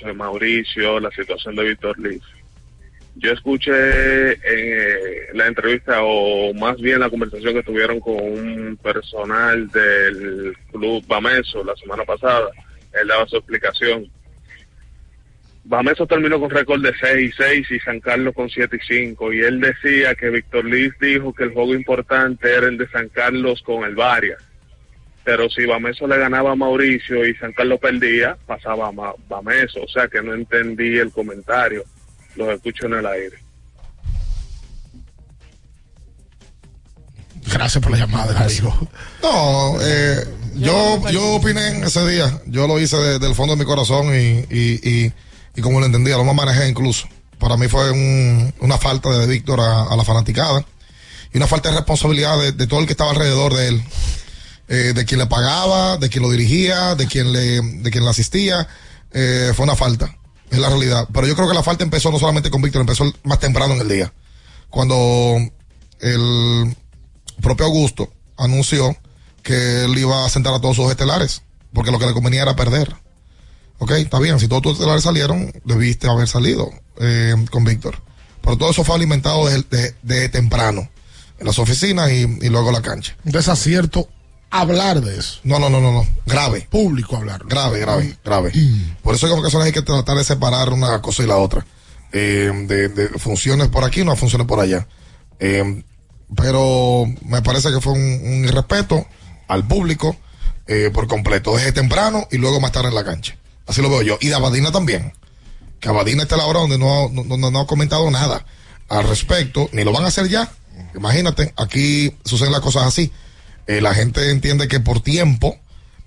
de Mauricio, la situación de Víctor Liz. Yo escuché eh, la entrevista o más bien la conversación que tuvieron con un personal del club Bameso la semana pasada. Él daba su explicación. Bameso terminó con récord de 6 y 6 y San Carlos con 7 y 5. Y él decía que Víctor Liz dijo que el juego importante era el de San Carlos con el Varias. Pero si Bameso le ganaba a Mauricio y San Carlos perdía, pasaba a Bameso. O sea que no entendí el comentario. Los escucho en el aire. Gracias por la llamada, amigo. No, eh, yo, yo opiné en ese día. Yo lo hice desde el fondo de mi corazón y, y, y, y como lo entendía, lo más manejé incluso. Para mí fue un- una falta de Víctor a, a la fanaticada y una falta de responsabilidad de, de todo el que estaba alrededor de él. Eh, de quien le pagaba, de quien lo dirigía, de quien le, de quien le asistía. Eh, fue una falta, es la realidad. Pero yo creo que la falta empezó no solamente con Víctor, empezó el- más temprano en el día. Cuando el propio Augusto anunció que él iba a sentar a todos sus estelares, porque lo que le convenía era perder. Ok, está bien, si todos tus estelares salieron, debiste haber salido eh, con Víctor. Pero todo eso fue alimentado desde de temprano, en las oficinas y, y luego la cancha. Un desacierto hablar de eso. No, no, no, no, no, grave. Público hablarlo. Grave, grave, grave. Por eso como que son hay que tratar de separar una cosa y la otra. Eh, de, de funciones por aquí, no funciones por allá. Eh, pero me parece que fue un, un irrespeto al público eh, por completo. Desde temprano y luego más tarde en la cancha. Así lo veo yo. Y de Abadina también. Que Abadina está a la hora donde no, no, no- no ha comentado nada al respecto, ni lo van a hacer ya. Imagínate, aquí suceden las cosas así. Eh, la gente entiende que por tiempo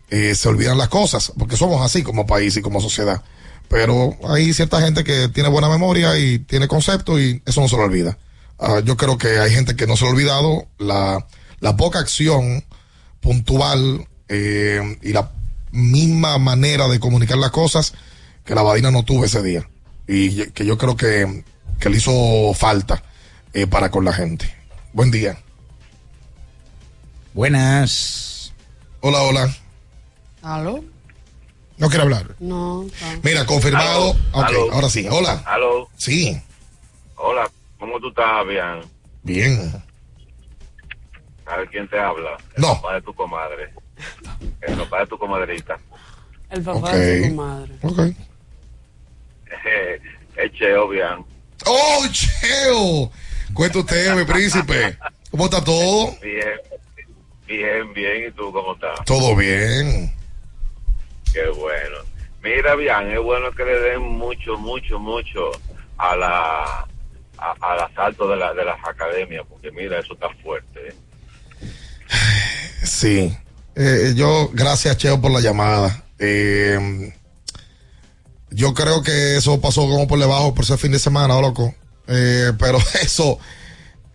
eh, se olvidan las cosas, porque somos así como país y como sociedad. Pero hay cierta gente que tiene buena memoria y tiene concepto y eso no se lo olvida. Ah, yo creo que hay gente que no se lo ha olvidado la, la poca acción puntual eh, y la misma manera de comunicar las cosas que la Badina no tuvo ese día. Y ye- que yo creo que, que le hizo falta eh, para con la gente. Buen día. Buenas. Hola, hola. ¿Aló? No quiere hablar. No, está. Mira, confirmado. ok, aló. ahora sí. Hola. Aló, Sí. hola, ¿cómo tú estás, Bian? Bien. A ver quién te habla. El No. papá de tu comadre. El papá de tu comadrita. El papá Ok. de su madre. Ok. Es Cheo, Bian. ¡Oh, Cheo! Cuenta usted, mi príncipe. ¿Cómo está todo? Bien, bien, bien. ¿Y tú cómo estás? Todo bien. Qué bueno. Mira, Bian, es bueno que le den mucho, mucho, mucho a la a- al asalto de, la, de las academias, porque mira, eso está fuerte. ¿eh? Sí. Eh, yo, gracias, Cheo, por la llamada. Eh, yo creo que eso pasó como por debajo por ese fin de semana, ¿no, loco. Eh, pero eso,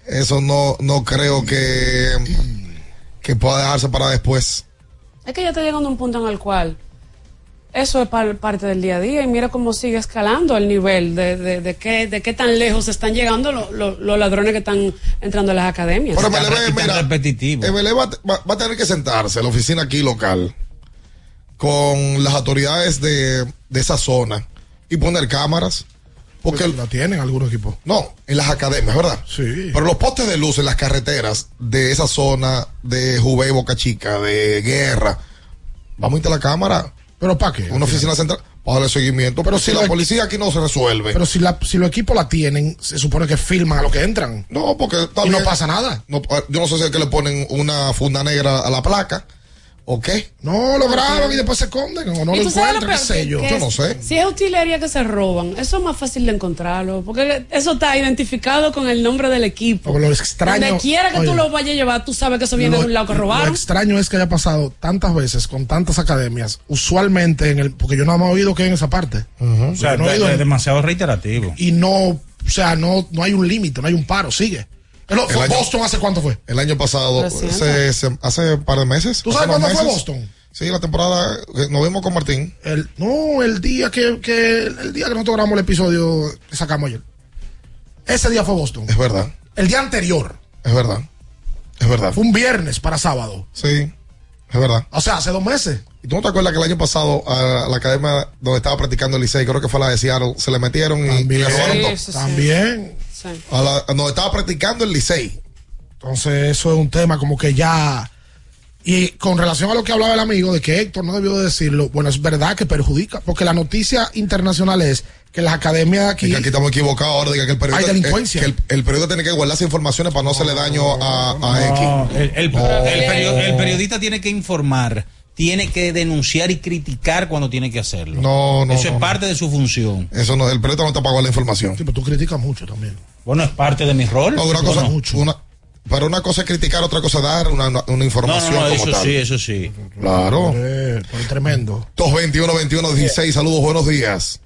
eso no, no creo que, que pueda dejarse para después. Es que ya está llegando un punto en el cual eso es par- parte del día a día y mira cómo sigue escalando el nivel de, de, de qué, de qué tan lejos están llegando lo- lo- los ladrones que están entrando a las academias. Pero tan- Melé, y tan Pues, mira, repetitivo. eh, Melé va, va- va a tener que sentarse en la oficina aquí local con las autoridades de, de esa zona y poner cámaras. Porque Porque Pues, la tienen algunos equipos. No, en las academias, ¿verdad? Sí. Pero los postes de luz en las carreteras de esa zona de Juve y Boca Chica, de Guerra, vamos a irte a la cámara, Pero ¿para qué? una oficina central, para darle seguimiento. Pero si la policía aquí no se resuelve. Pero si, la, si los equipos la tienen, se supone que filman a los que entran. no, porque está Y no bien. pasa nada. No, yo no sé si es que le ponen una funda negra a la placa o qué. No, lo graban y después se esconden o no lo Y tú encuentran, sabes lo qué peor, sé yo. que- que yo no sé. Si es utilería que se roban, eso es más fácil de encontrarlo, porque eso está identificado con el nombre del equipo. Porque lo extraño. Donde quiera que tú Oye, lo vayas a llevar, tú sabes que eso viene lo- de un lado que Lo robaron. extraño es que haya pasado tantas veces con tantas academias, usualmente en el. Porque yo no me he oído que en esa parte. O sea, Yo no he es oído es en- demasiado reiterativo. y no, o sea, no, no hay un límite, no hay un paro, sigue. El- fue año- Boston hace cuánto fue? El año pasado, Reciente. se- se- hace un par de meses. ¿Tú sabes hace unos cuándo fue meses. Boston? Sí, la temporada, eh, nos vimos con Martín. El, no, el día que, que- el día que nosotros grabamos el episodio que sacamos ayer. Ese día fue Boston. Es verdad, El día anterior. es verdad, es verdad. Fue un viernes para sábado. Sí, Es verdad. O sea, hace dos meses. ¿Y tú no te acuerdas que el año pasado a la academia donde estaba practicando el Licey, creo que fue la de Seattle, se le metieron y, y le robaron Sí, todo? eso sí. También. Sí. A la- a donde estaba practicando el Licey. Entonces, eso es un tema como que ya. Y con relación a lo que hablaba el amigo de que Héctor no debió de decirlo, bueno, es verdad que perjudica, porque la noticia internacional es que las academias de Y aquí. que aquí estamos equivocados ahora, diga que el periodista. Hay delincuencia. eh, que el, el periodista tiene que guardar esas informaciones para no hacerle daño a, a X. No, el, el- No. el perio- el periodista tiene que informar, tiene que denunciar y criticar cuando tiene que hacerlo. No, no, Eso es no, no. parte de su función. Eso no, el periodista no te pagó la información. Sí, pero tú criticas mucho también. Bueno, es parte de mi rol. No, una ¿o cosa, no? una- pero una cosa es criticar, otra cosa es dar una, una- una No, no, información no, como eso tal. sí, eso sí. Claro. Eh, pero es tremendo. 221 21 16 saludos, buenos días.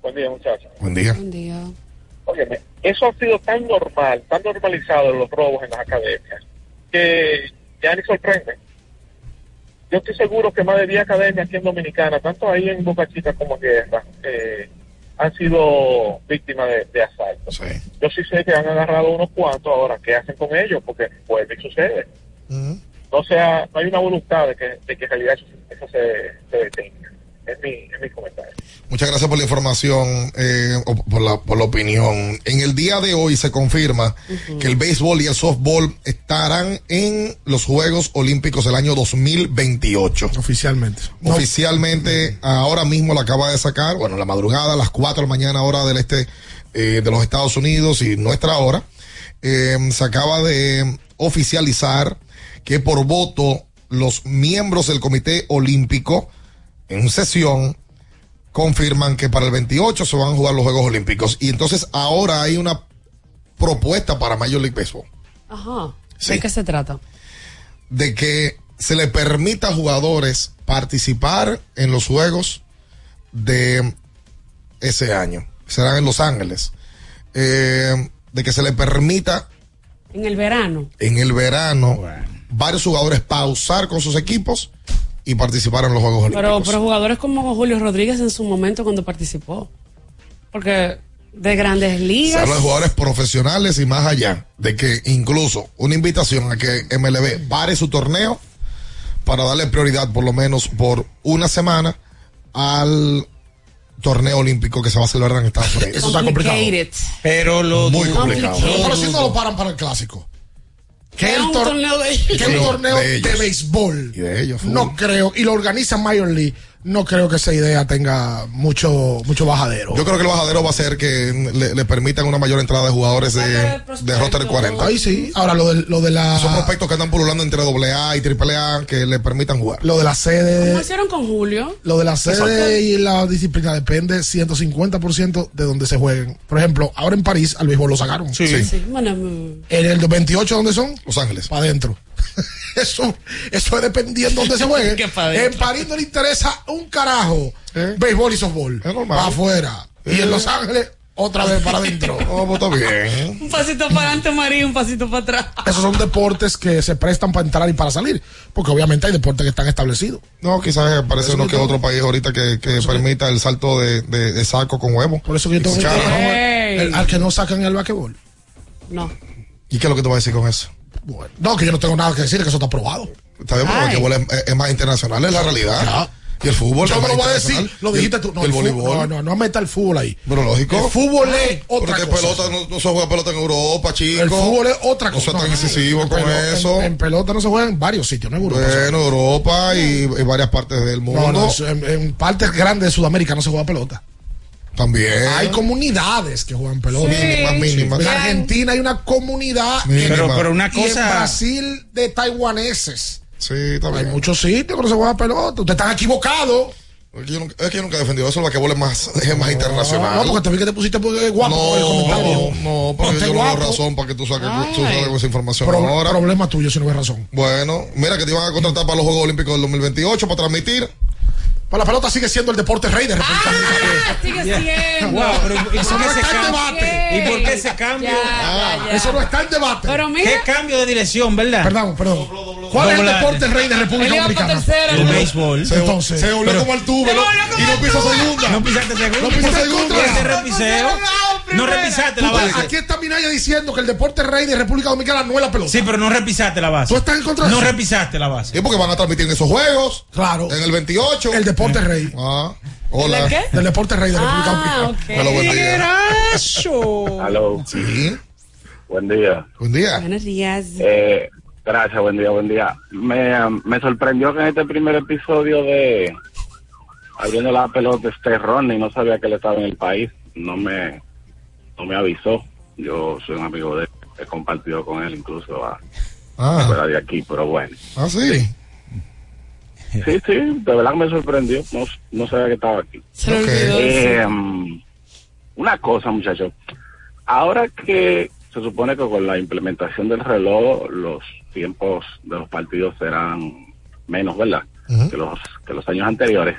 Buen día, muchachos. Buen día. Buen día. Óyeme, eso ha sido tan normal, tan normalizado los robos en las academias, que ya ni sorprende. Yo estoy seguro que más de 10 academias aquí en Dominicana, tanto ahí en Boca Chica como en Guerra, eh, han sido víctimas de, de asaltos. Sí. Yo sí sé que han agarrado unos cuantos ahora. ¿Qué hacen con ellos? Porque vuelve y sucede. No sea, no hay una voluntad de que, de que en realidad eso, eso se, se detenga. Es mi, es mi comentario. Muchas gracias por la información, eh, o por, la, por la opinión. En el día de hoy se confirma que el béisbol y el softball estarán en los Juegos Olímpicos del año 2028. Oficialmente. No, Oficialmente, ahora mismo la acaba de sacar, bueno, la madrugada, a las 4 de la mañana, hora del este eh, de los Estados Unidos y nuestra hora, eh, se acaba de oficializar que por voto los miembros del Comité Olímpico en sesión confirman que para el 28 se van a jugar los Juegos Olímpicos. Y entonces ahora hay una propuesta para Major League Baseball Ajá. Sí. ¿De qué se trata? de que se le permita a jugadores participar en los juegos de ese año. Serán en Los Ángeles. Eh, de que se le permita En el verano. en el verano Bueno. varios jugadores pausar con sus equipos y participar en los Juegos Pero, Olímpicos. pero jugadores como Julio Rodríguez en su momento cuando participó. Porque de grandes se ligas. habla de jugadores profesionales y más allá. De que incluso una invitación a que MLB pare su torneo para darle prioridad por lo menos por una semana al torneo olímpico que se va a celebrar en Estados Unidos. Eso está complicado. Complicated. Pero lo Muy dudo. complicado. Complicado. pero si no lo paran para el clásico. Que Es el un tor- torneo de- que el Sí, torneo de de, ellos. béisbol. Y de ellos, fútbol. no creo. Y lo organiza Major League. No creo que esa idea tenga mucho, mucho bajadero. Yo creo que el bajadero va a ser que le, le permitan una mayor entrada de jugadores de, de roster 40. Ahí sí. Ahora lo de, lo de la. Son prospectos que andan pululando entre AA y AAA que le permitan jugar. Lo de la sede. ¿Cómo hicieron con Julio? Lo de la sede y la disciplina depende 150% de donde se jueguen. Por ejemplo, ahora en París al béisbol lo sacaron. Sí. Sí, bueno, mm, En el 28, ¿dónde son? Los Ángeles. Para adentro. eso, eso es dependiendo de dónde se juegue. Que pa' dentro. en París no le interesa un carajo béisbol y softball. ¿Eh? Es normal. Para afuera. Y en Los Ángeles, otra vez para adentro. Oh, pues está bien. un pasito para adelante, María, un pasito para atrás. Esos son deportes que se prestan para entrar y para salir. Porque obviamente hay deportes que están establecidos. No, quizás aparece uno que yo- otro país ahorita que, que permita el salto de, de- de saco con huevo. Por eso que yo Y tengo que cuchara. Ey. al que no sacan el basquetbol. No. ¿Y qué es lo que te voy a decir con eso? Bueno, no, que yo no tengo nada que decir, que eso está aprobado. Está bien, porque Ay. el voleibol es, es más internacional, es la realidad. Ya. Y el fútbol Yo no es más lo voy a internacional. decir, lo Y el- dijiste tú. No, el, voleibol. fútbol, No, no, no meta el fútbol ahí. Pero lógico. El fútbol es otra Porque cosa. pelota no, no se juega pelota en Europa, chico. El fútbol es otra No cosa. sea tan incisivo en con pelota- en- eso. En, pelota no se juega en varios sitios, no en Europa. Bueno, Europa y, y varias partes del No, mundo no, eso- en, en partes grandes de Sudamérica no se juega pelota. también. Hay comunidades que juegan pelota. Mínimas, mínimas. En Argentina hay una comunidad. Mira. en- Pero, pero una Y en cosa. Brasil de taiwaneses. Sí, Hay también. muchos sitios que no se juega pelota. Ustedes están equivocados. Es que yo nunca, es que yo nunca he defendido eso, la que vuelve más, es más internacional. No, porque te vi que te pusiste eh, guapo no, con el comentario. no, porque Ponte yo no veo guapo. razón para que tú saques tú Ay. saques esa información Pro- ahora. problema tuyo si no ves razón. Bueno, mira que te iban a contratar para los Juegos Olímpicos del 2028 para transmitir. Pero Pues la pelota sigue siendo el deporte rey de República Dominicana. Ah, sigue siendo. Wow, pero ¿y Eso por no qué ese está en cambio? debate. ¿Y por qué ese cambio? Ya, Ah, ya, ya. Eso no está en debate. Pero ¿Qué mira, cambio de dirección, verdad? Perdón, perdón. ¿Cuál es el Doblar. deporte rey de él República iba para Dominicana? tercera. El ¿no? béisbol. Se- Entonces, se volvió como el tubo Se volvió ¿no? como y el no pisa tubo. segunda. No pisaste segunda. No pisaste Y segunda. ese repiseo. No repisaste la Tú estás- base. Aquí está Minaya diciendo que el deporte rey de República Dominicana no es la pelota. Sí, pero no repisaste la base. ¿Tú estás en contra de No eso? repisaste la base. Sí, porque van a transmitir en esos juegos. Claro. En el 28. El deporte rey. Ah, hola. ¿La qué? Del deporte rey de República Ah, Dominicana. ok. Hola, buen día. Aló, Sí, buen día. buen día. Buenos días. Eh, gracias, buen día, buen día. Me, um, me sorprendió que en este primer episodio de abriendo la pelota esté Ronnie, no sabía que él estaba en el país, no me, no me avisó. Yo soy un amigo de él, he compartido con él incluso a- Ah, fuera de aquí, pero bueno. ah, sí. Sí, sí, de verdad me sorprendió, no, no sabía que estaba aquí. Se lo ok. olvidó. Eh, um, una cosa, muchachos. Ahora que se supone que con la implementación del reloj los tiempos de los partidos serán menos, ¿verdad? Ujú. que, los, que los años anteriores.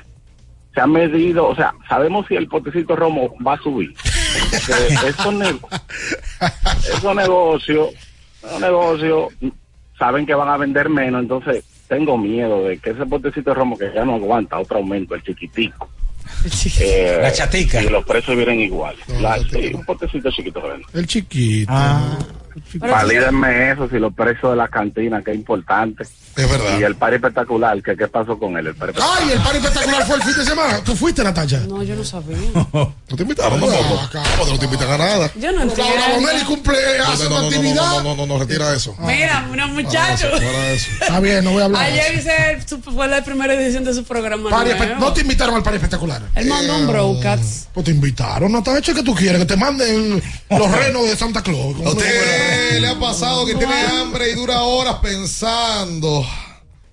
Se ha medido, o sea, sabemos si el potecito romo va a subir. Porque esos, nego- esos negocios, esos negocios saben que van a vender menos, entonces tengo miedo de que ese potecito romo que ya no aguanta otro aumento, el chiquitico. Eh, La chatica. Y los precios vienen iguales. No, La- la chatica. sí, un potecito chiquito se vende. El chiquito. Ah. Pero- Valídenme eso, si los precios de la cantina, que es importante. Es verdad. Y el par espectacular, que qué pasó con él. El par espectacular. Ay, el par espectacular fue el fin de semana. ¿Tú fuiste, Natacha? No, yo no sabía. ¿No te invitaron tampoco? Ah, claro. ¿Cómo te no te invitan a nada? Yo no Bravo, entiendo. Bravo, Meli cumple, No, hace una no, no, no, no, actividad. no, no, no, no, retira eso. Ah. Mira, Ah, unos Para eso, muchachos. para eso. Está bien, no voy a hablar. de Ah, eso. Ayer hice el- su- fue la primera edición de su programa. Pari nuevo. espe- no te invitaron al par espectacular. Él mandó Eh, un broadcast. Pues te invitaron, Natacha, que tú quieres que te manden los renos de Santa Claus. ¿A usted le ha pasado que tiene hambre y dura horas pensando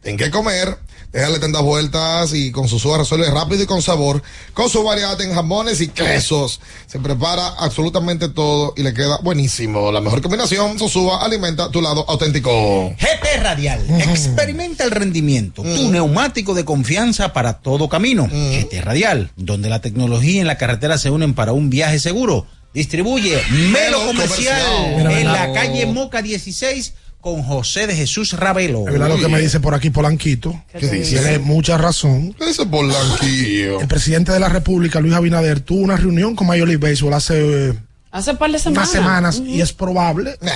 en qué comer? Déjale tantas vueltas y con su soda resuelve rápido y con sabor. Con su variedad en jamones y quesos. Se prepara absolutamente todo y le queda buenísimo. La mejor combinación, Sosúa, alimenta tu lado auténtico. GT Radial. Experimenta el rendimiento. Tu neumático de confianza para todo camino. GT Radial, donde la tecnología y la carretera se unen para un viaje seguro. Distribuye Melo Melo Comercial Comercial. en la Melo. calle Moca 16 con José de Jesús Ravelo. Es verdad lo que me dice por aquí Polanquito. ¿Qué que te dice? Tiene mucha razón. Ese polanquillo. El presidente de la República, Luis Abinader, tuvo una reunión con Major League Baseball hace eh, Hace par de semanas. unas semanas y es probable, Nah,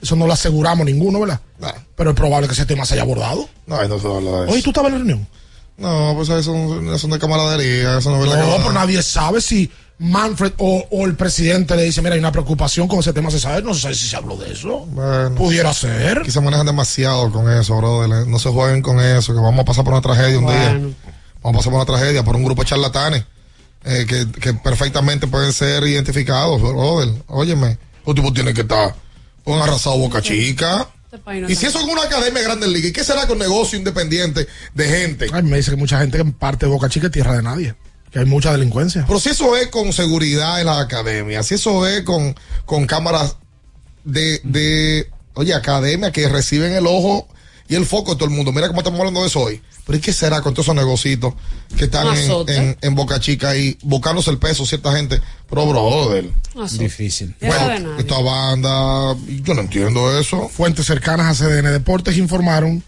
eso no lo aseguramos ninguno, ¿verdad? nah. Pero es probable que ese tema se haya abordado. No, ahí no se habla de Oye, eso. ¿tú estabas en la reunión? Pues- No, pues eso son, son de camaradería. Eso no es No, la pero nadie sabe si Manfred o, o el presidente le dice, mira, hay una preocupación con ese tema, se sabe, no se sabe si se habló de eso. Bueno. Pudiera ser. Aquí se manejan demasiado con eso, brother. No se jueguen con eso, que vamos a pasar por una tragedia un Bueno. día. Vamos a pasar por una tragedia, por un grupo de charlatanes eh, que, que perfectamente pueden ser identificados, brother. Óyeme, los tipos tienen que estar un arrasado boca chica. Este país no Y si está- eso es una academia de grandes ligas, ¿y qué será con negocio independiente de gente? Ay, me dice que mucha gente que en parte de Boca Chica es tierra de nadie, que hay mucha delincuencia. Pero si eso es con seguridad en la academia, si eso es con, con cámaras de, de, oye, academia que reciben el ojo y el foco de todo el mundo. Mira cómo estamos hablando de eso hoy. Pero ¿y qué será con todos esos negocitos que están Un en, azote. en- en Boca Chica y buscándose el peso cierta gente? Pero, brother, no sé. Difícil. Tierra de bueno, nadie. esta banda, yo no entiendo eso. Fuentes cercanas a CDN Deportes informaron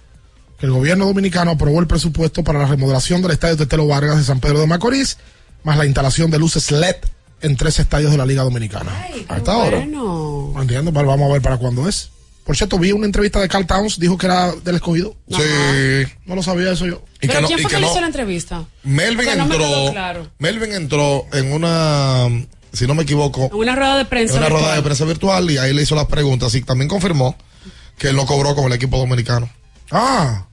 que el gobierno dominicano aprobó el presupuesto para la remodelación del estadio Tetelo Vargas de San Pedro de Macorís, más la instalación de luces LED en tres estadios de la Liga Dominicana. Ay, qué Hasta ahora. bueno. No entiendo, pero vamos a ver para cuándo es. Por cierto, vi una entrevista de Carl Towns, dijo que era del escogido. Sí. No lo sabía eso yo. Y ¿Pero que no- quién y fue que que le no- hizo la entrevista? Melvin Que no me quedó entró, claro. Melvin entró en una, mm, si no me equivoco, En una rueda de en prensa. una virtual. rueda de prensa virtual y ahí le hizo las preguntas y también confirmó que él lo cobró con el equipo dominicano. Ah,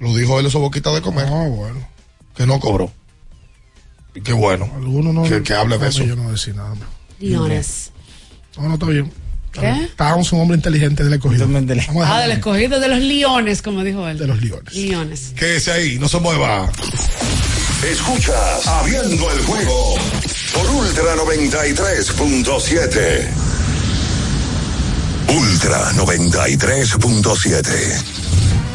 Lo dijo él en su boquita de comer, no, Ah, bueno. que no cobró. Y qué bueno. Alguno no. Que- que hable de Hombre, eso. Yo no decir nada. Diones. No, no está bien. Está ¿Qué? bien. Towns, un hombre inteligente del escogido. Entonces, del- Vamos a Ah, dejarlo del ahí, escogido de los leones, como dijo él. de los leones. Leones. Quédese ahí, no se mueva. Escuchas Abriendo el juego por Ultra 93.7. Ultra 93.7.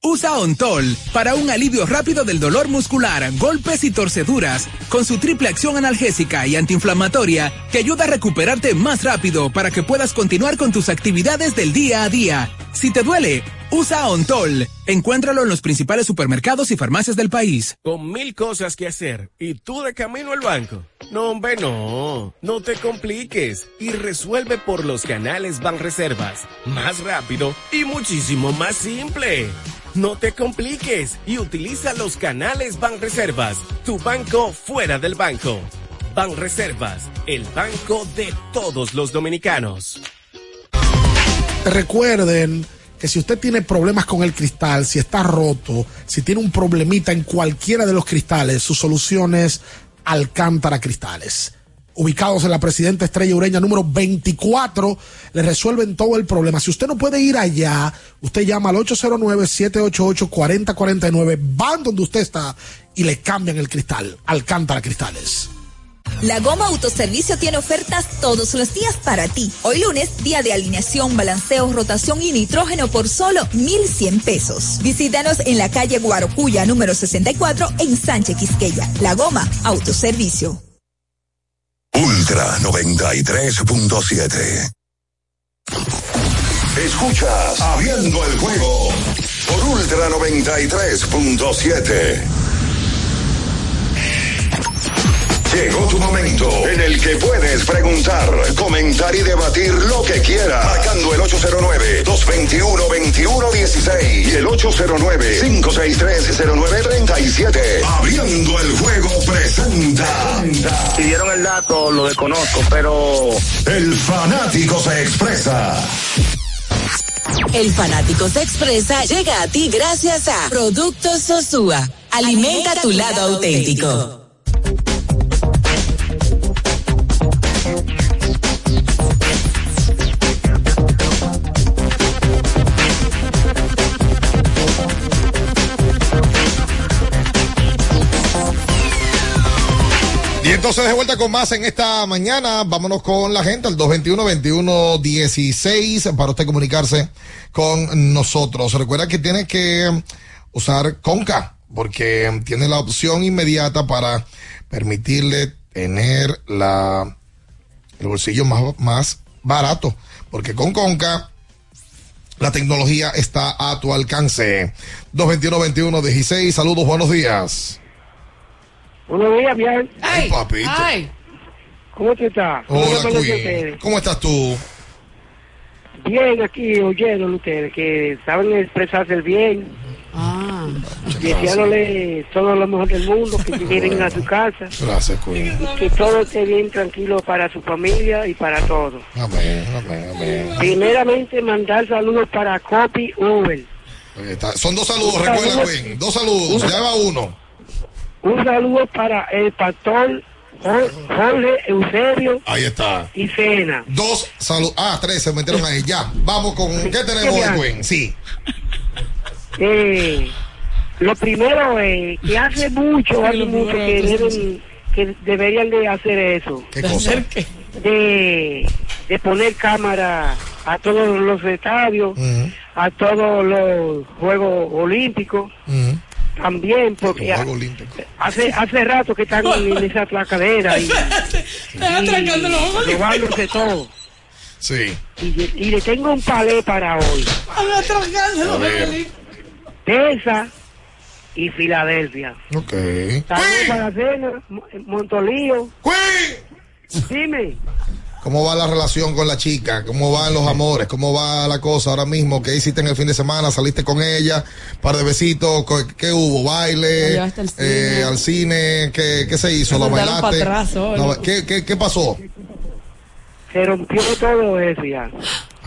Usa Ontol para un alivio rápido del dolor muscular, golpes y torceduras, con su triple acción analgésica y antiinflamatoria que ayuda a recuperarte más rápido para que puedas continuar con tus actividades del día a día. Si te duele, usa Ontol. Encuéntralo en los principales supermercados y farmacias del país. Con mil cosas que hacer y tú de camino al banco. No, hombre, no. No te compliques y resuelve por los canales Banreservas. Más rápido y muchísimo más simple. No te compliques y utiliza los canales Banreservas, tu banco fuera del banco. Banreservas, el banco de todos los dominicanos. Recuerden que si usted tiene problemas con el cristal, si está roto, si tiene un problemita en cualquiera de los cristales, su solución es Alcántara Cristales. Ubicados en la Presidenta Estrella Ureña número 24, le resuelven todo el problema. Si usted no puede ir allá, usted llama al 809-788-4049, van donde usted está y le cambian el cristal. Alcántara Cristales. La Goma Autoservicio tiene ofertas todos los días para ti. Hoy lunes, día de alineación, balanceo, rotación y nitrógeno por solo 1,100 pesos. Visítanos en la calle Guarocuya, número 64, en Sánchez Quisqueya. La Goma Autoservicio. Ultra 93.7. Escuchas Abriendo el juego por Ultra 93.7. Llegó tu momento en el que puedes preguntar, comentar y debatir lo que quieras. Marcando el 809-221-2116 y el 809-563-0937. Abriendo el juego presenta. Si dieron el dato, lo desconozco, pero. El fanático se expresa. El fanático se expresa llega a ti gracias a Productos Sosúa. Alimenta tu lado auténtico. Y entonces de vuelta con más en esta mañana. Vámonos con la gente al 221-2116 para usted comunicarse con nosotros. Recuerda que tiene que usar Conca porque tiene la opción inmediata para permitirle tener la, el bolsillo más, más barato. Porque con Conca la tecnología está a tu alcance. 221-2116. Saludos, buenos días. Buenos días, bien. Ay, papito. Ay, ¿Cómo te está? ¿Cómo Hola, te parece a Queen. ustedes? ¿Cómo estás tú? Bien, aquí oyeron ustedes que saben expresarse el bien, ah. deseándole todo lo mejor del mundo, que lleguen a su casa, Gracias, Queen. que todo esté bien tranquilo para su familia y para todos. Amén, amén, amén. Primeramente, mandar saludos para Copy Uber. Ahí está. Son dos saludos, recuerda, Queen. Dos saludos. Ya va uno. Un saludo para el pastor Jo- Jorge Eusebio Ahí está. y Cena. Dos saludos. Ah, tres se metieron ahí. Ya. Vamos con. ¿Qué tenemos bien. hoy, Queen? Sí. Eh, lo primero es que hace mucho, hace mucho que, deben- que deberían de hacer eso, ¿Qué cosa? de, de poner cámara a todos los estadios, Ujú, a todos los Juegos Olímpicos, ujú. también, porque Los Juegos hace hace rato que están en esa cadera y, Están atracando los Juegos y robándose todo. Sí. Y, y le tengo un palé para hoy. los A ver. Juegos Tesa y Filadelfia. Ok. Saludos para la cena, Mo- eh, Montolío. Dime. ¿Cómo va la relación con la chica? ¿Cómo van los amores? ¿Cómo va la cosa ahora mismo? ¿Qué hiciste en el fin de semana? ¿Saliste con ella? ¿Par de besitos? Co- ¿Qué hubo? La ¿Baile? llevaste al Eh, cine. ¿Al cine? ¿Qué, qué se hizo? Me ¿La mandaron bailaste? pa' atrás solo. ¿La ba- ¿Qué, qué, qué pasó? Se rompió todo eso ya.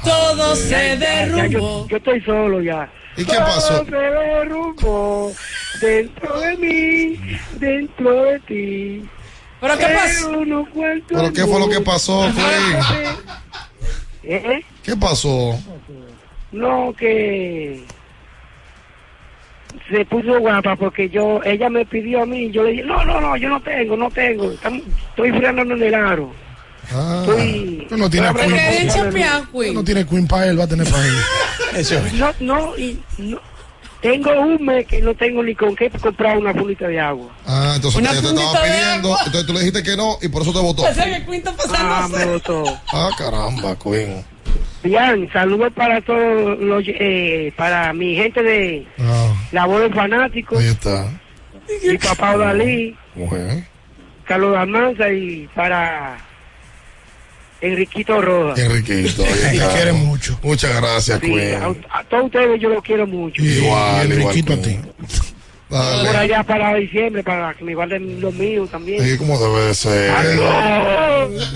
Todo se derrumbó. Yo, yo estoy solo ya. ¿Y qué pasó? Todo se derrumbó dentro de mí, dentro de ti. ¿Pero qué pasó? no cuento ¿Pero el qué fue lo mundo. que pasó, Clay? ¿Eh? ¿Qué pasó? No, que se puso guapa porque yo, ella me pidió a mí, yo le dije, no, no, no, yo no tengo, no tengo, Estamos- estoy frenando en el aro. Estoy- Ah, Tú no tienes Porque bien Queen. chapeado, Tú No tiene Queen para él, va a tener para él. No, no, y no, tengo un mes que no tengo ni con qué comprar una pulita de agua. Ah, entonces Una ella te estaba fundita de pidiendo, entonces tú le dijiste que no y por eso te votó. que cuento Ah, me botó. Ah, caramba, Queen. Bien, saludos para todos los, eh, para mi gente de Ah, La Voz del Fanático, ahí está. mi papá Odalí, Mujer. Carlos Almanza y para Enriquito Rojas. Enriquito. ahí está. quiere mucho. Muchas gracias, Sí, Queen. a, a todos ustedes yo los quiero mucho. Igual, igual. Queen. Dale. Por allá para diciembre, para que me guarden los míos también. Sí, como debe de ser.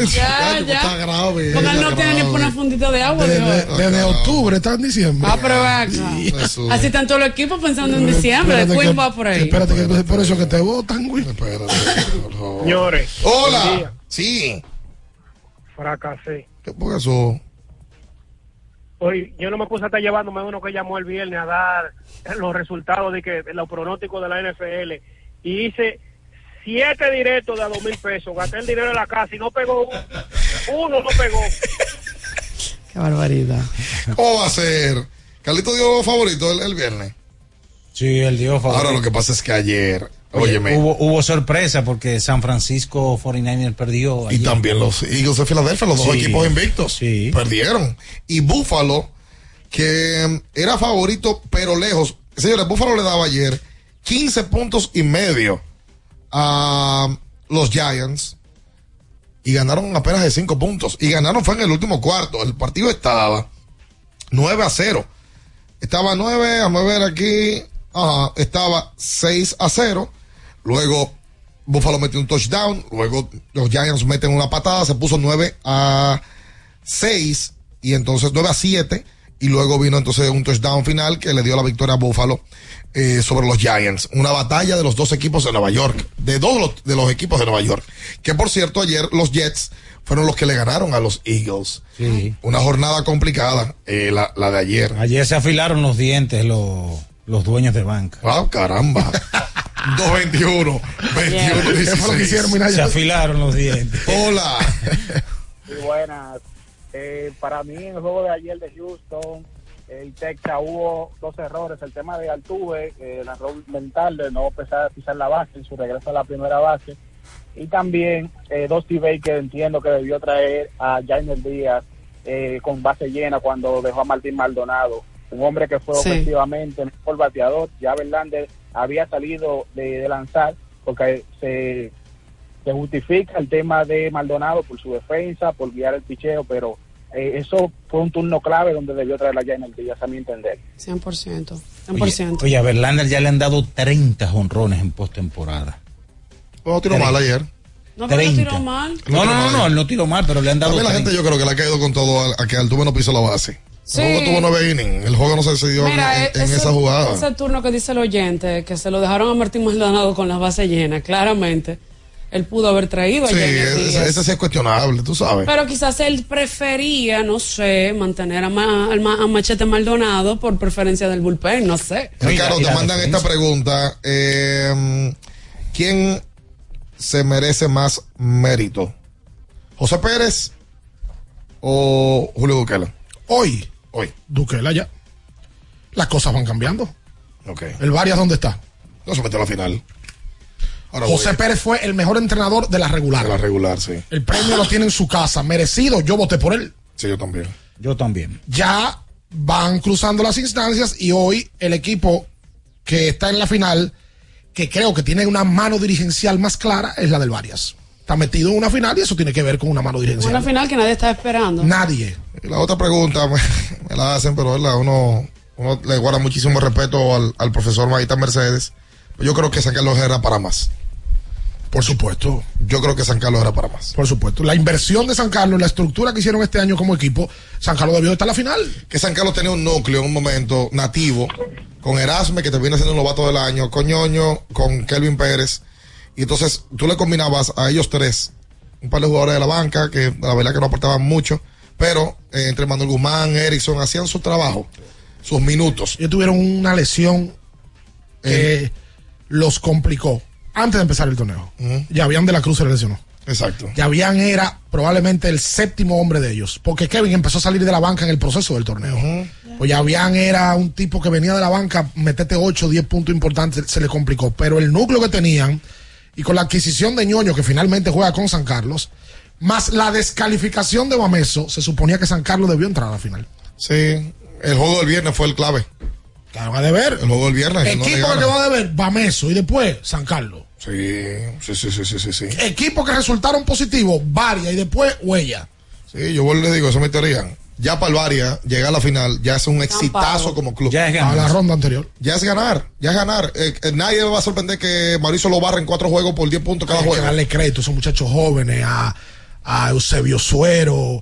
Ya, ya. Está grave. Porque él está no tiene ni grave. por una fundita de agua, Desde, dijo. desde octubre, está en diciembre. Ah, pero ve acá. Jesús. Así están todos los equipos pensando en diciembre. Espérate Queen que- va por ahí. Espérate, que por eso que te votan, güey. Señores. Hola. Sí. Fracasé. ¿Qué por eso? Hoy, yo no me puse a estar llevándome uno que llamó el viernes a dar los resultados de que los pronósticos de la NFL y hice siete directos de a dos mil pesos, gasté el dinero en la casa y no pegó uno, uno no pegó. Qué barbaridad. ¿Cómo va a ser? Carlito dio favorito el, el viernes. Sí, el Dios Ahora lo que pasa es que ayer, Oye, óyeme, hubo, hubo sorpresa porque San Francisco 49er perdió. y oh, ayer. también los Eagles de Filadelfia, los dos Sí. equipos invictos, perdieron. Y Buffalo, que mm, era favorito, pero lejos. Señores, Buffalo le daba ayer 15 puntos y medio a los Giants y ganaron apenas de 5 puntos. Y ganaron fue en el último cuarto. El partido estaba 9 a 0. Estaba 9, vamos a ver aquí. Ajá, estaba 6 a 0. Luego Buffalo metió un touchdown. Luego los Giants meten una patada. Se puso 9 a 6. Y entonces 9 a 7. Y luego vino entonces un touchdown final que le dio la victoria a Buffalo eh, sobre los Giants. Una batalla de los dos equipos de Nueva York. De dos de los- de los equipos de Nueva York. Que por cierto, ayer los Jets fueron los que le ganaron a los Eagles. Sí. Una jornada complicada, Pues, eh, la, la de ayer. Ayer se afilaron los dientes los, los dueños de banca. ¡Wow, Ah, caramba! 221. 21 ¿Qué fue lo que hicieron, Minaya? Se afilaron los dientes. Hola. Y buenas. Eh, para mí, en el juego de ayer de Houston, el Texas hubo dos errores. El tema de Altuve, eh, el error mental de no pesar, pisar la base en su regreso a la primera base. Y también eh, Dusty Baker, entiendo que debió traer a Jainer Díaz eh, con base llena cuando dejó a Martín Maldonado. Un hombre que fue Sí. ofensivamente mejor bateador. Ya Verlander había salido de- de lanzar porque se se justifica el tema de Maldonado por su defensa, por guiar el picheo, pero eh, eso fue un turno clave donde debió traer la el Díaz, a mi entender. 100%. Oye, 100%. oye, a Verlander ya le han dado 30 jonrones en postemporada. No tiró mal ayer. No, pero no 30. tiró mal. No, no, no, no, él no tiró mal, pero le han dado También la 30. gente yo creo que le ha caído con todo a, a que Altuve no pisó la base. Sí. El juego tuvo nueve innings. El juego no se decidió en, Mira, e-, en ese- esa jugada. Ese turno que dice el oyente, que se lo dejaron a Martín Maldonado con las bases llenas, claramente. Él pudo haber traído a sí, Jenny Díaz. ese, ese sí es cuestionable, tú sabes. Pero quizás él prefería, no sé, mantener a, Ma- al Ma- a Machete Maldonado por preferencia del bullpen, no sé. Ricardo, te mandan esta pregunta. eh, ¿Quién se merece más mérito? ¿José Pérez o Julio Duquela? Hoy, hoy, Duquela ya. Las cosas van cambiando. Ok. El varias, ¿dónde está? No se metió a la final. Ahora José voy. Pérez fue el mejor entrenador de la regular. De la regular, sí. El premio lo tiene en su casa. Merecido, yo voté por él. Sí, yo también. Yo también. Ya van cruzando las instancias y hoy el equipo que está en la final, que creo que tiene una mano dirigencial más clara, es la del Varias. Está metido en una final y eso tiene que ver con una mano dirigencial. Una final que nadie está esperando. Nadie. La otra pregunta me, me la hacen, pero ¿verdad? uno, uno le guarda muchísimo respeto al, al profesor Maguita Mercedes. Yo creo que San Carlos era para más. Por supuesto. Yo creo que San Carlos era para más. Por supuesto. La inversión de San Carlos, la estructura que hicieron este año como equipo, San Carlos debió estar en la final. Que San Carlos tenía un núcleo en un momento nativo, con Erasme, que termina siendo un novato del año, con Ñoño, con Kelvin Pérez. Y entonces tú le combinabas a ellos tres, un par de jugadores de la banca, que la verdad que no aportaban mucho, pero eh, entre Manuel Guzmán, Erickson, hacían su trabajo, sus minutos. Ellos tuvieron una lesión que los complicó antes de empezar el torneo. Ya habían de la Cruz se lesionó. Exacto. Ya habían era probablemente el séptimo hombre de ellos, porque Kevin empezó a salir de la banca en el proceso del torneo. Pues ya habían era un tipo que venía de la banca, metete 8, 10 puntos importantes, se le complicó. Pero el núcleo que tenían, y con la adquisición de ñoño que finalmente juega con San Carlos, más la descalificación de Bameso, se suponía que San Carlos debió entrar a la final. Sí, el juego del viernes fue el clave. Claro, va a deber. El juego del viernes. no le Equipo que ganan. va a deber, Bameso, y después San Carlos. Sí, sí, sí, sí, sí, sí. sí. Equipos que resultaron positivos, varias, y después huella. Sí, yo vuelvo y le digo, eso me teoría. Ya para el Varia, llegar a la final, ya es un exitazo como club. Ya es ganar. A la ronda anterior. Ya es ganar, ya es ganar. Eh, eh, nadie va a sorprender que Mauricio lo barra en cuatro juegos por 10 puntos cada Hay que juego. darle crédito a esos muchachos jóvenes, a, a Eusebio Suero,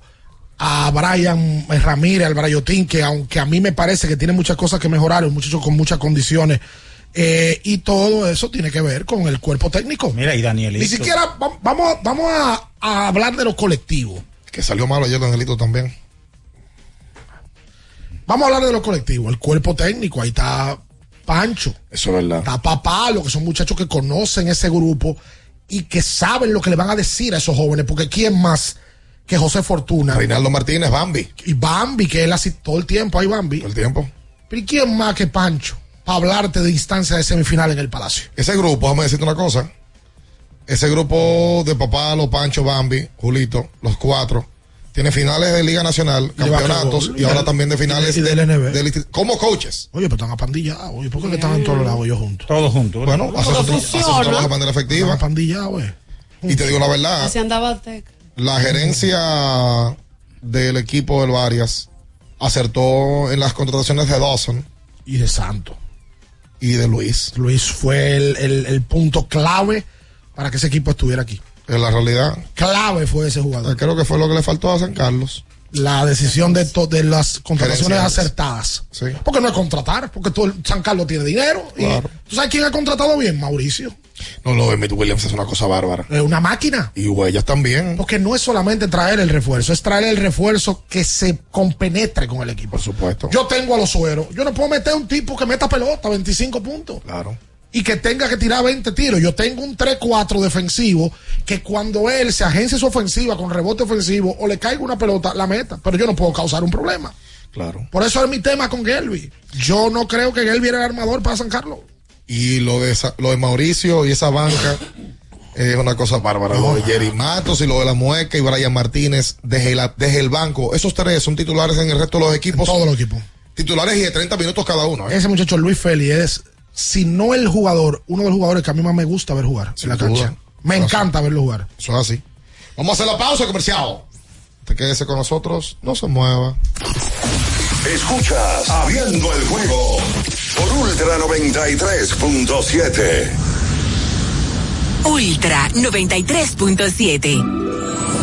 a Brian Ramírez, al Brayotín, que aunque a mí me parece que tiene muchas cosas que mejorar, un muchacho con muchas condiciones. eh, y todo eso tiene que ver con el cuerpo técnico. Mira, y Danielito. Ni siquiera va- vamos, vamos a, a hablar de los colectivos. Que salió malo ayer Angelito también. Vamos a hablar de los colectivos. El cuerpo técnico, ahí está Pancho. Eso es verdad. Está Papá, lo que son muchachos que conocen ese grupo y que saben lo que le van a decir a esos jóvenes, porque ¿quién más que José Fortuna? Reinaldo Martínez, Bambi. Y Bambi, que él así todo el tiempo, ahí Bambi. Todo el tiempo. Pero ¿y quién más que Pancho para hablarte de instancia de semifinal en el Palacio? Ese grupo, déjame decirte una cosa. Ese grupo de papá, los Pancho, Bambi, Julito, los cuatro, tiene finales de Liga Nacional, campeonatos básquetbol. y ahora también de finales Y del NB. del instri- como coaches. Oye, pero están apandillados. Oye, ¿por qué que están en todos lados ellos juntos? Todos juntos. Bueno, hace su, tra- hace su trabajo de manera efectiva. Y te digo la verdad, Así andaba Teca. la gerencia del equipo del Varias acertó en las contrataciones de Dawson. Y de Santo. Y de Luis. Luis fue el, el- el punto clave para que ese equipo estuviera aquí. En la realidad. Clave fue ese jugador. Creo que fue lo que le faltó a San Carlos. La decisión de, to- de las contrataciones Gerenciales. acertadas. Sí. Porque no es contratar, porque todo el- San Carlos tiene dinero. Claro. Y, ¿Tú sabes quién ha contratado bien? Mauricio. No, lo de Mitch Williams es una cosa bárbara. Es Eh, una máquina. Y Huellas también. Porque no es solamente traer el refuerzo, es traer el refuerzo que se compenetre con el equipo. Por supuesto. Yo tengo a los sueros. Yo no puedo meter un tipo que meta pelota, 25 puntos. Claro. Y que tenga que tirar 20 tiros. Yo tengo un 3-4 defensivo que cuando él se agencia su ofensiva con rebote ofensivo o le caiga una pelota, la meta. Pero yo no puedo causar un problema. Claro. Por eso es mi tema con Gelby. Yo no creo que Gelby era el armador para San Carlos. Y lo de, esa- lo de Mauricio y esa banca es una cosa bárbara. Lo de Jerry Matos y lo de la Mueca y Brian Martínez desde, la- desde el banco. Esos tres son titulares en el resto de los equipos. todos los equipos. Titulares y de 30 minutos cada uno. ¿eh? Ese muchacho Luis Feli es, si no el jugador, uno de los jugadores que a mí más me gusta ver jugar en la ¿eh? duda. cancha. Me encanta verlo jugar. Eso es así. Vamos a hacer la pausa comercial. Te quédese con nosotros, no se mueva. Escuchas Abriendo el juego por Ultra 93.7. Ultra 93.7.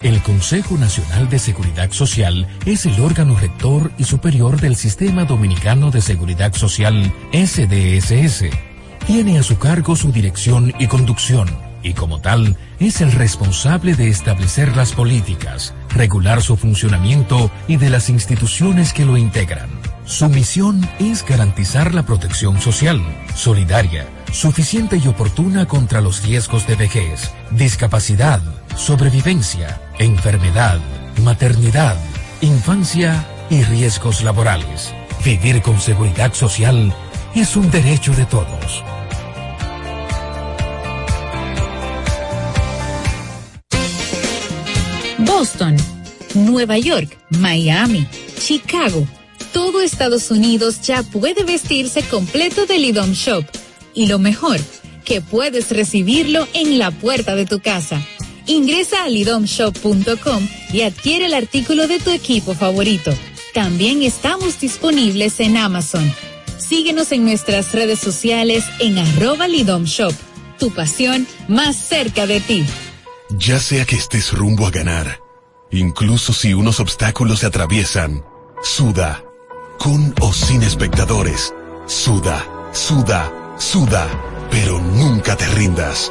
El Consejo Nacional de Seguridad Social es el órgano rector y superior del Sistema Dominicano de Seguridad Social, SDSS. Tiene a su cargo su dirección y conducción y como tal es el responsable de establecer las políticas, regular su funcionamiento y de las instituciones que lo integran. Su misión es garantizar la protección social, solidaria, suficiente y oportuna contra los riesgos de vejez, discapacidad, sobrevivencia, enfermedad, maternidad, infancia y riesgos laborales. Vivir con seguridad social es un derecho de todos. Boston, Nueva York, Miami, Chicago. Todo Estados Unidos ya puede vestirse completo del IDOM Shop. Y lo mejor, que puedes recibirlo en la puerta de tu casa. Ingresa a lidomshop.com y adquiere el artículo de tu equipo favorito. También estamos disponibles en Amazon. Síguenos en nuestras redes sociales en arroba Lidom Shop. Tu pasión más cerca de ti. Ya sea que estés rumbo a ganar, incluso si unos obstáculos se atraviesan, suda. Con o sin espectadores, suda, suda, suda. Pero nunca te rindas,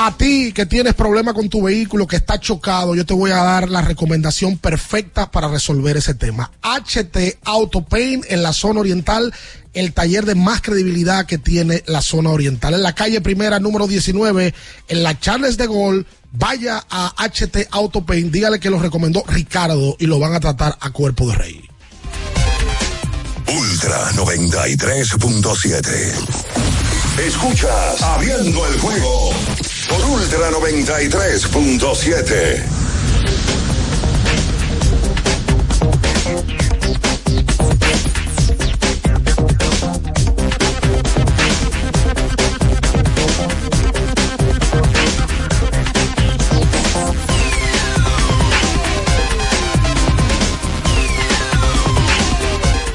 A ti que tienes problema con tu vehículo, que está chocado, yo te voy a dar la recomendación perfecta para resolver ese tema. HT Auto Paint en la zona oriental, el taller de más credibilidad que tiene la zona oriental. En la calle primera, número 19, en la Charles de Gaulle, vaya a HT Auto Paint, dígale que lo recomendó Ricardo y lo van a tratar a cuerpo de rey. Ultra 93.7. Escuchas Abriendo el juego por Ultra 93.7.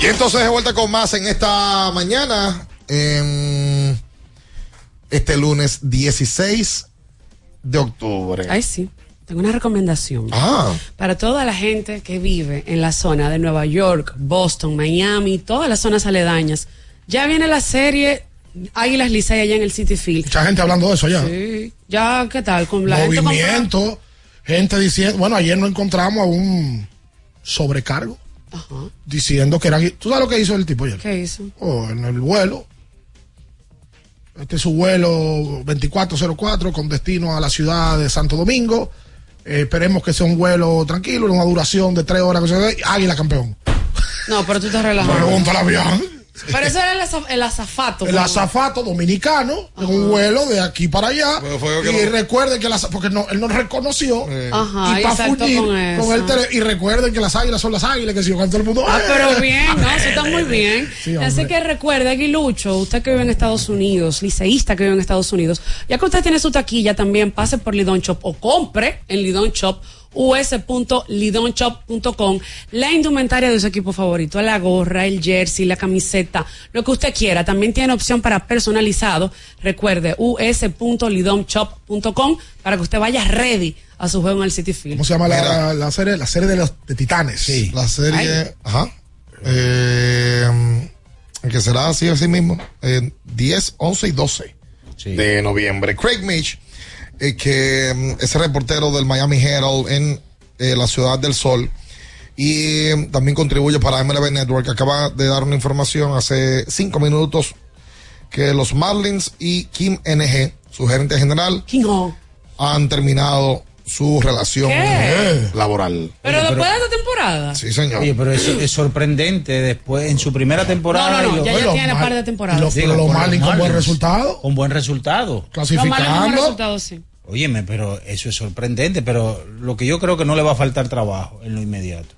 Y entonces de vuelta con más en esta mañana, em, este lunes 16 de octubre. Ay, sí. Tengo una recomendación. Ah. Para toda la gente que vive en la zona de Nueva York, Boston, Miami, todas las zonas aledañas, ya viene la serie Águilas Licey allá en el City Field. Mucha gente hablando de eso ya. Sí. Ya, ¿qué tal? Con la gente Movimiento, gente diciendo, bueno, ayer no encontramos a un sobrecargo comprando- Ajá. diciendo que eran... ¿Tú sabes lo que hizo el tipo ayer? ¿Qué hizo? Oh, en el vuelo. Este es su vuelo 2404 con destino a la ciudad de Santo Domingo. Eh, esperemos que sea un vuelo tranquilo, una duración de tres horas. que se- Águila campeón. No, pero tú te relajas. Pregunta la vieja. Pero eso era el, aza- el azafato. El ¿no? azafato dominicano en un vuelo de aquí para allá. que y no- recuerden que las porque no, él no reconoció. Ajá, y pa' saltó fugir con con eso. el tele- y recuerden que las águilas son las águilas, que si yo canto el mundo. Ah, ¡eh! pero bien, ¿no? Eso está muy bien. Sí, hombre. Así que recuerde, Aguilucho, usted que vive en Estados Unidos, liceísta que vive en Estados Unidos, ya que usted tiene su taquilla, también pase por Lidon Shop o compre en Lidon Shop us.lidonshop.com la indumentaria de su equipo favorito, la gorra, el jersey, la camiseta, lo que usted quiera. También tiene opción para personalizado. Recuerde, us.lidonshop.com para que usted vaya ready a su juego en el City Field. ¿Cómo se llama la, la serie? La serie de los de titanes. Sí. La serie, Ay. ajá, eh, que será así, así mismo, eh, 10, 11 y 12 de noviembre. Craig Mitch, eh, que mm, es el reportero del Miami Herald en eh, la Ciudad del Sol y mm, también contribuye para MLB Network, acaba de dar una información hace cinco minutos que los Marlins y Kim NG, su gerente general, han terminado su relación ¿Qué? laboral. Pero Oye, después pero- de esta temporada. Sí, señor. Oye, pero es, es sorprendente después, en su primera temporada. No, no, no, y lo- ya- ya Oye, lo tiene mal- par de temporadas. lo- Digo, lo con mal los y con buen Marlins. resultado. Con buen resultado. Lo malo es el resultado, sí. Óyeme, pero eso es sorprendente, pero lo que yo creo que no le va a faltar trabajo en lo inmediato.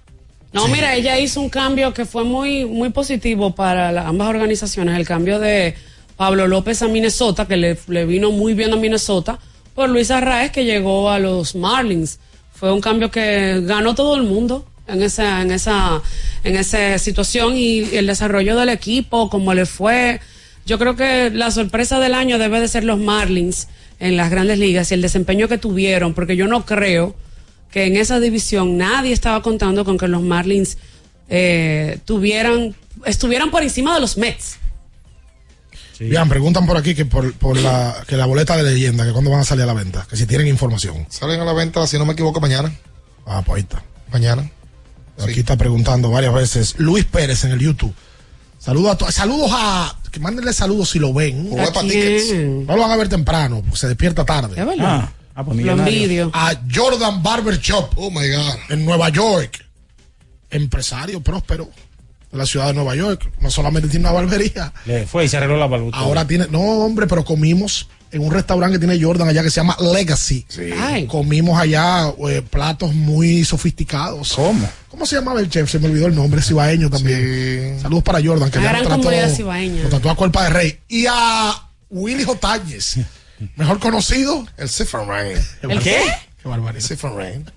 No, mira, ella hizo un cambio que fue muy, muy positivo para la- ambas organizaciones. El cambio de Pablo López a Minnesota, que le, le vino muy bien a Minnesota, por Luis Arraez, que llegó a los Marlins. Fue un cambio que ganó todo el mundo en esa, en esa, en esa situación y el desarrollo del equipo, como le fue. Yo creo que la sorpresa del año debe de ser los Marlins en las grandes ligas y el desempeño que tuvieron, porque yo no creo que en esa división nadie estaba contando con que los Marlins eh, tuvieran, estuvieran por encima de los Mets. Bien, preguntan por aquí que por, por la, que la boleta de leyenda, que cuándo van a salir a la venta, que si tienen información. Salen a la venta, si no me equivoco, mañana. Ah, pues ahí está. Mañana. Aquí está preguntando varias veces. Luis Pérez en el YouTube. Saludos a to- Saludos a. Que mándenle saludos si lo ven. Por Huepa ¿A quién? Tickets. No lo van a ver temprano, porque se despierta tarde. Es verdad. Ah, pues millonario. Lo envidio. A Jordan Barber Shop. Oh my God. En Nueva York. Empresario próspero de la ciudad de Nueva York. No solamente tiene una barbería. Le fue y se arregló la baluta. Ahora tiene, no hombre, pero comimos en un restaurante que tiene Jordan allá que se llama Legacy. Ay. Comimos allá eh, platos muy sofisticados. ¿Cómo? ¿Cómo se llamaba el chef? Se me olvidó el nombre, cibaeño también. Saludos para Jordan, que La ya gran lo trató, comunidad cibaeña. lo trató a cuerpa de rey. Y a Willy Jotañez, mejor conocido. El Cifra Rain. ¿El qué? Qué barbaridad. Cifra Rain.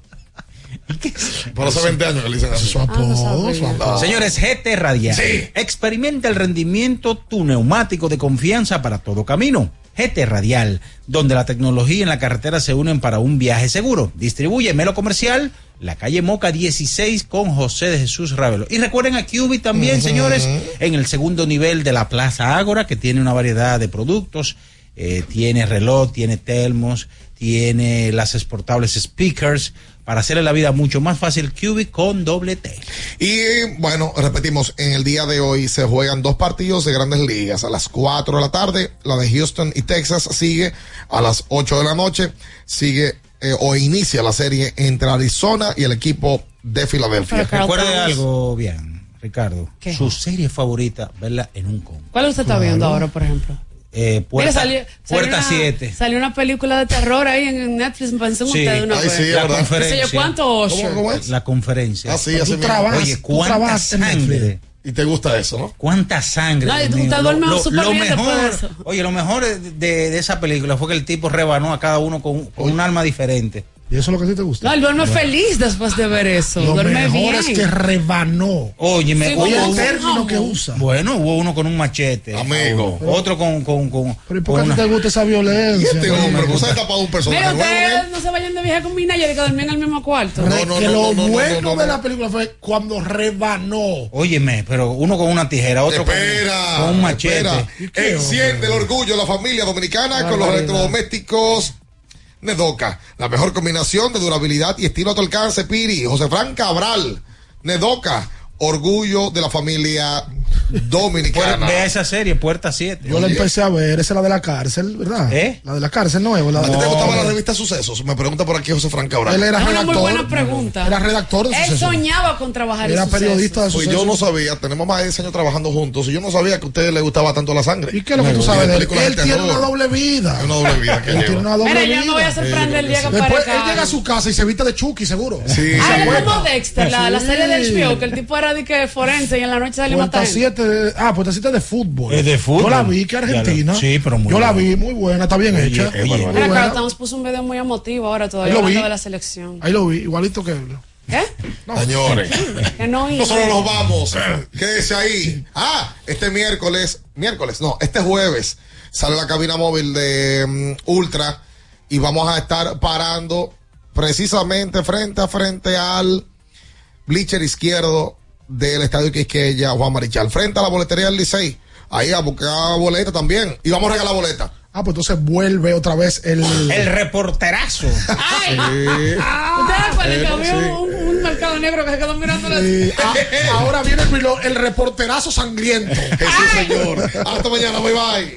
Por hace 20 años que le dicen así. Su apodo, su apodo. Ah, Señores, GT Radial. Experimenta el rendimiento tu neumático de confianza para todo camino. GT Radial, donde la tecnología y la carretera se unen para un viaje seguro. Distribuye Melo Comercial, la calle Moca 16 con José de Jesús Ravelo. Y recuerden a Cubi también, señores, en el segundo nivel de la Plaza Ágora, que tiene una variedad de productos. Eh, tiene reloj, tiene termos, tiene las exportables speakers. Para hacerle la vida mucho más fácil, Cubi con doble T. eh, Y bueno, repetimos, en el día de hoy se juegan dos partidos de grandes ligas. A las 4 de la tarde, la de Houston y Texas sigue a las 8 de la noche, sigue eh, o inicia la serie entre Arizona y el equipo de Filadelfia. Recuerde algo bien, Ricardo. ¿Qué? Su serie favorita, verla en un con. ¿Cuál usted está viendo ahora, por ejemplo? Eh, Mira, puerta salió- salió puerta una- 7. Salió una película de terror ahí en en Netflix, me pensé en Sí, ustedes una ahí vez. sí, es La verdad. conferencia. No sé yo, ¿Cuánto Osher? La Ah, conferencia. Así, así mismo. Oye, cuánta sangre. Y te gusta eso, ¿no? Cuánta sangre. No, Dios usted mío. duerme súper bien después de mejor, eso. Oye, lo mejor de, de- de esa película fue que el tipo rebanó a cada uno con, con un arma diferente. ¿Y eso es lo que a ti te gusta? No, él duerme feliz después de ver eso. Lo duerme mejor bien. es que rebanó. Oye, me Sí, hubo como un- un término que usa. Bueno, hubo uno con un machete. Amigo. Otro con. con, con Pero ¿y por qué a ti te gusta esa violencia? un Mira, ustedes no se vayan de viaje con mi Nayeli que dormían en el mismo cuarto. que lo bueno de la película fue cuando rebanó. Óyeme, pero uno con una tijera, otro con- con, un machete. Ah, Espera. Enciende el orgullo de la familia dominicana con los Barbaridad. electrodomésticos Nedoca. La mejor combinación de durabilidad y estilo a tu alcance, Piri. José Fran Cabral, Nedoca. Orgullo de la familia dominicana. Vea esa serie, Puerta 7. Yo la empecé a ver, esa es la de la cárcel, ¿verdad? ¿Eh? La de la cárcel no es. o La ¿A ti te No. gustaba la revista Sucesos? Me pregunta por aquí José Fran Cabral. Él era Es una Ah, muy redactor. buena pregunta. Era redactor de Él Sucesos. soñaba con trabajar en Sucesos. Pues yo no sabía, tenemos más de 10 años trabajando juntos y yo no sabía que a ustedes les gustaba tanto la sangre. ¿Y qué es lo que tú sabes de él? Él tiene una doble vida. Una doble vida que Él tiene lleva. una doble Mira, yo me vida. voy a sorprender el día que Después, aparezca él llega a su casa y se viste de Chucky, seguro. Sí. Ah, ¿Se él es acuerda? como Dexter, la, la serie del HBO, que el tipo era de que forense y en la noche salió a Puerta matar. gente. 7 de- ah, Puerta 7 de fútbol. Es de fútbol. Yo la vi que Ya Argentina. lo- sí, pero muy Yo la buena. vi muy buena, está bien Oye, hecha. oye. Muy Mira, buena. Carlos Towns puso un video muy emotivo ahora Ahí todavía lo hablando vi. de la selección. Ahí lo vi, igualito que ¿Qué? Señores. Que no hizo. Nosotros nos vamos. Quédese ahí. Ah, este miércoles, miércoles, no, este jueves sale la cabina móvil de mm, Ultra y vamos a estar parando precisamente frente a frente al bleacher izquierdo del Estadio Quisqueya, Juan Marichal, frente a la boletería del Licey. Ahí a buscar boleta también. Y vamos a regalar boleta. Ah, pues entonces vuelve otra vez el. El reporterazo. ¿Ustedes recuerdan que Eh, Ah, había sí. un, un mercado negro que se quedó mirando las... Eh, ah, ahora viene el, vilo- el reporterazo sangriento. Ah, Jesús, señor. Hasta mañana, bye bye.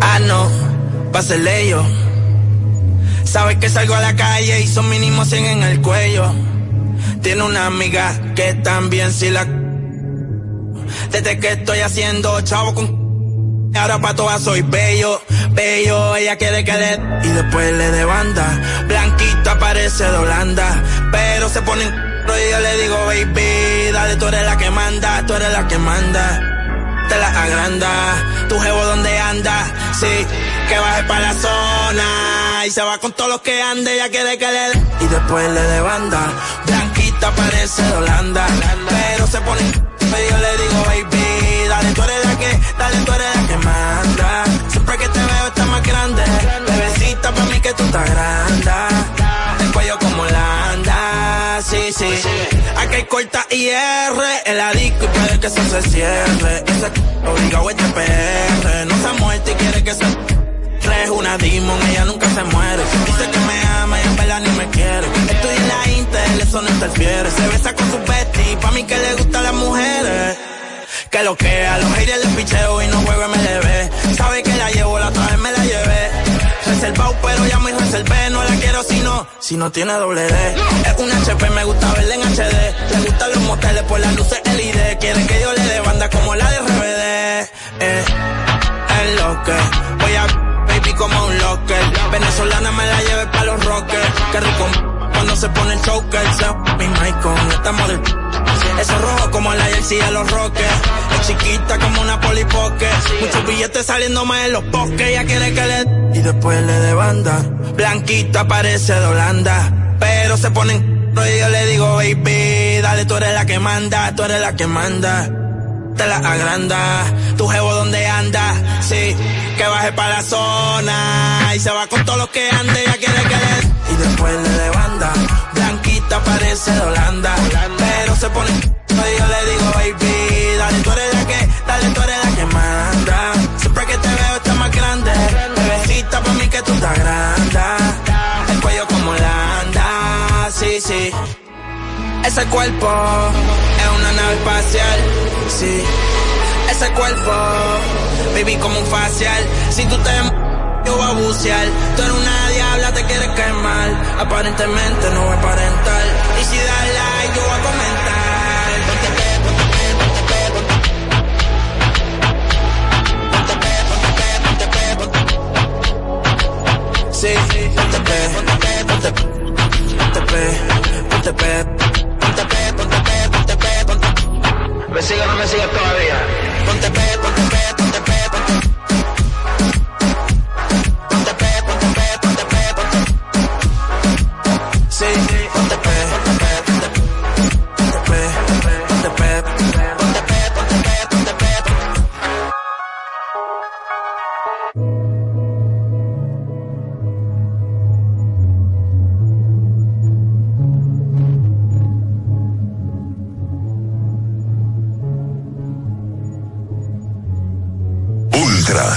Ah, no, pásele yo. Sabes que salgo a la calle y son mínimo 100 en el cuello. Tiene una amiga que también si la. Desde que estoy haciendo chavo con. Ahora pa' todas soy bello, bello, ella quiere que le... Y después le de banda, blanquita parece de Holanda, pero se pone en... Y yo le digo, baby, dale, tú eres la que manda, tú eres la que manda te la agranda. Tu jevo donde anda, sí, que baje para la zona. Y se va con todos los que ande, ya quiere que le dé. Y después le de banda. Blanquita parece de Holanda, pero se pone. y Yo le digo, baby, dale, tú eres la que, dale, tú eres la que manda. Siempre que te veo estás más grande. Bebecita, para mí que tú estás grande. El cuello como Holanda, sí, sí. Aquí hay corta IR en la disco y puede que eso se cierre. Ese c- obligado este PR. No se ha muerto y quiere que se. Es una demon, ella nunca se muere. Dice que me ama y en verdad ni me quiere. Estoy en la Intel, eso no interfiere. Se besa con su bestie, pa' mí que le gustan las mujeres. Que lo que a los haters les picheo y no juega MLB. Sabe que la llevo, la otra vez me la llevé. Reservado, pero ya me reservé. No la quiero si no, si no tiene doble D. Es un HP, me gusta verla en HD. Le gustan los moteles por las luces LED. Quiere que yo le dé banda como la de RBD. Eh, es lo que voy a baby como un locker. Venezolana me la lleve pa' los rockers. Que rico cuando se pone el choker. Se mi Michael, estamos del. Eso es rojo como la jersey de los rockers. Es chiquita como una polipoque. Muchos billetes saliendo más en los bosques. Ella quiere que le. Y después le de banda. Blanquita parece de Holanda. Pero se pone en. Y yo le digo, baby, dale, tú eres la que manda, tú eres la que manda te la agranda. Tu jevo donde anda, sí, que baje para la zona. Y se va con todo lo que ande, ya quiere que le. Y después le de banda, blanquita parece de Holanda. Pero se pone, y yo le digo, baby, dale, tú eres la que, dale, tú eres la que manda. Siempre que te veo estás más grande. Bebecita, por mí que tú estás grande. El cuello como Holanda, sí, sí. Ese cuerpo es una nave espacial, sí. Ese cuerpo, baby, como un facial. Si tú te m- yo voy a bucear. Tú eres una diabla, te quieres quemar. Aparentemente no voy a aparentar. Y si das like, yo voy a comentar. Ponte pe, ponte pe, ponte pe, ponte pe. Ponte pe, ponte pe, ponte pe, ponte pe. Sí, ponte pe, ponte pe, ponte pe. Ponte pe, ponte pe. Ponte pe, ponte pe, ponte pe, ponte pe. ¿Me sigue o no me sigue todavía? Ponte pe, ponte pe, ponte pe, ponte Ponte pe, ponte pe, ponte pe, ponte Sí, ponte pe, ponte pe, ponte pe. Ponte pe, ponte pe, ponte pe. Ponte pe, ponte pe, ponte pe, ponte Ultra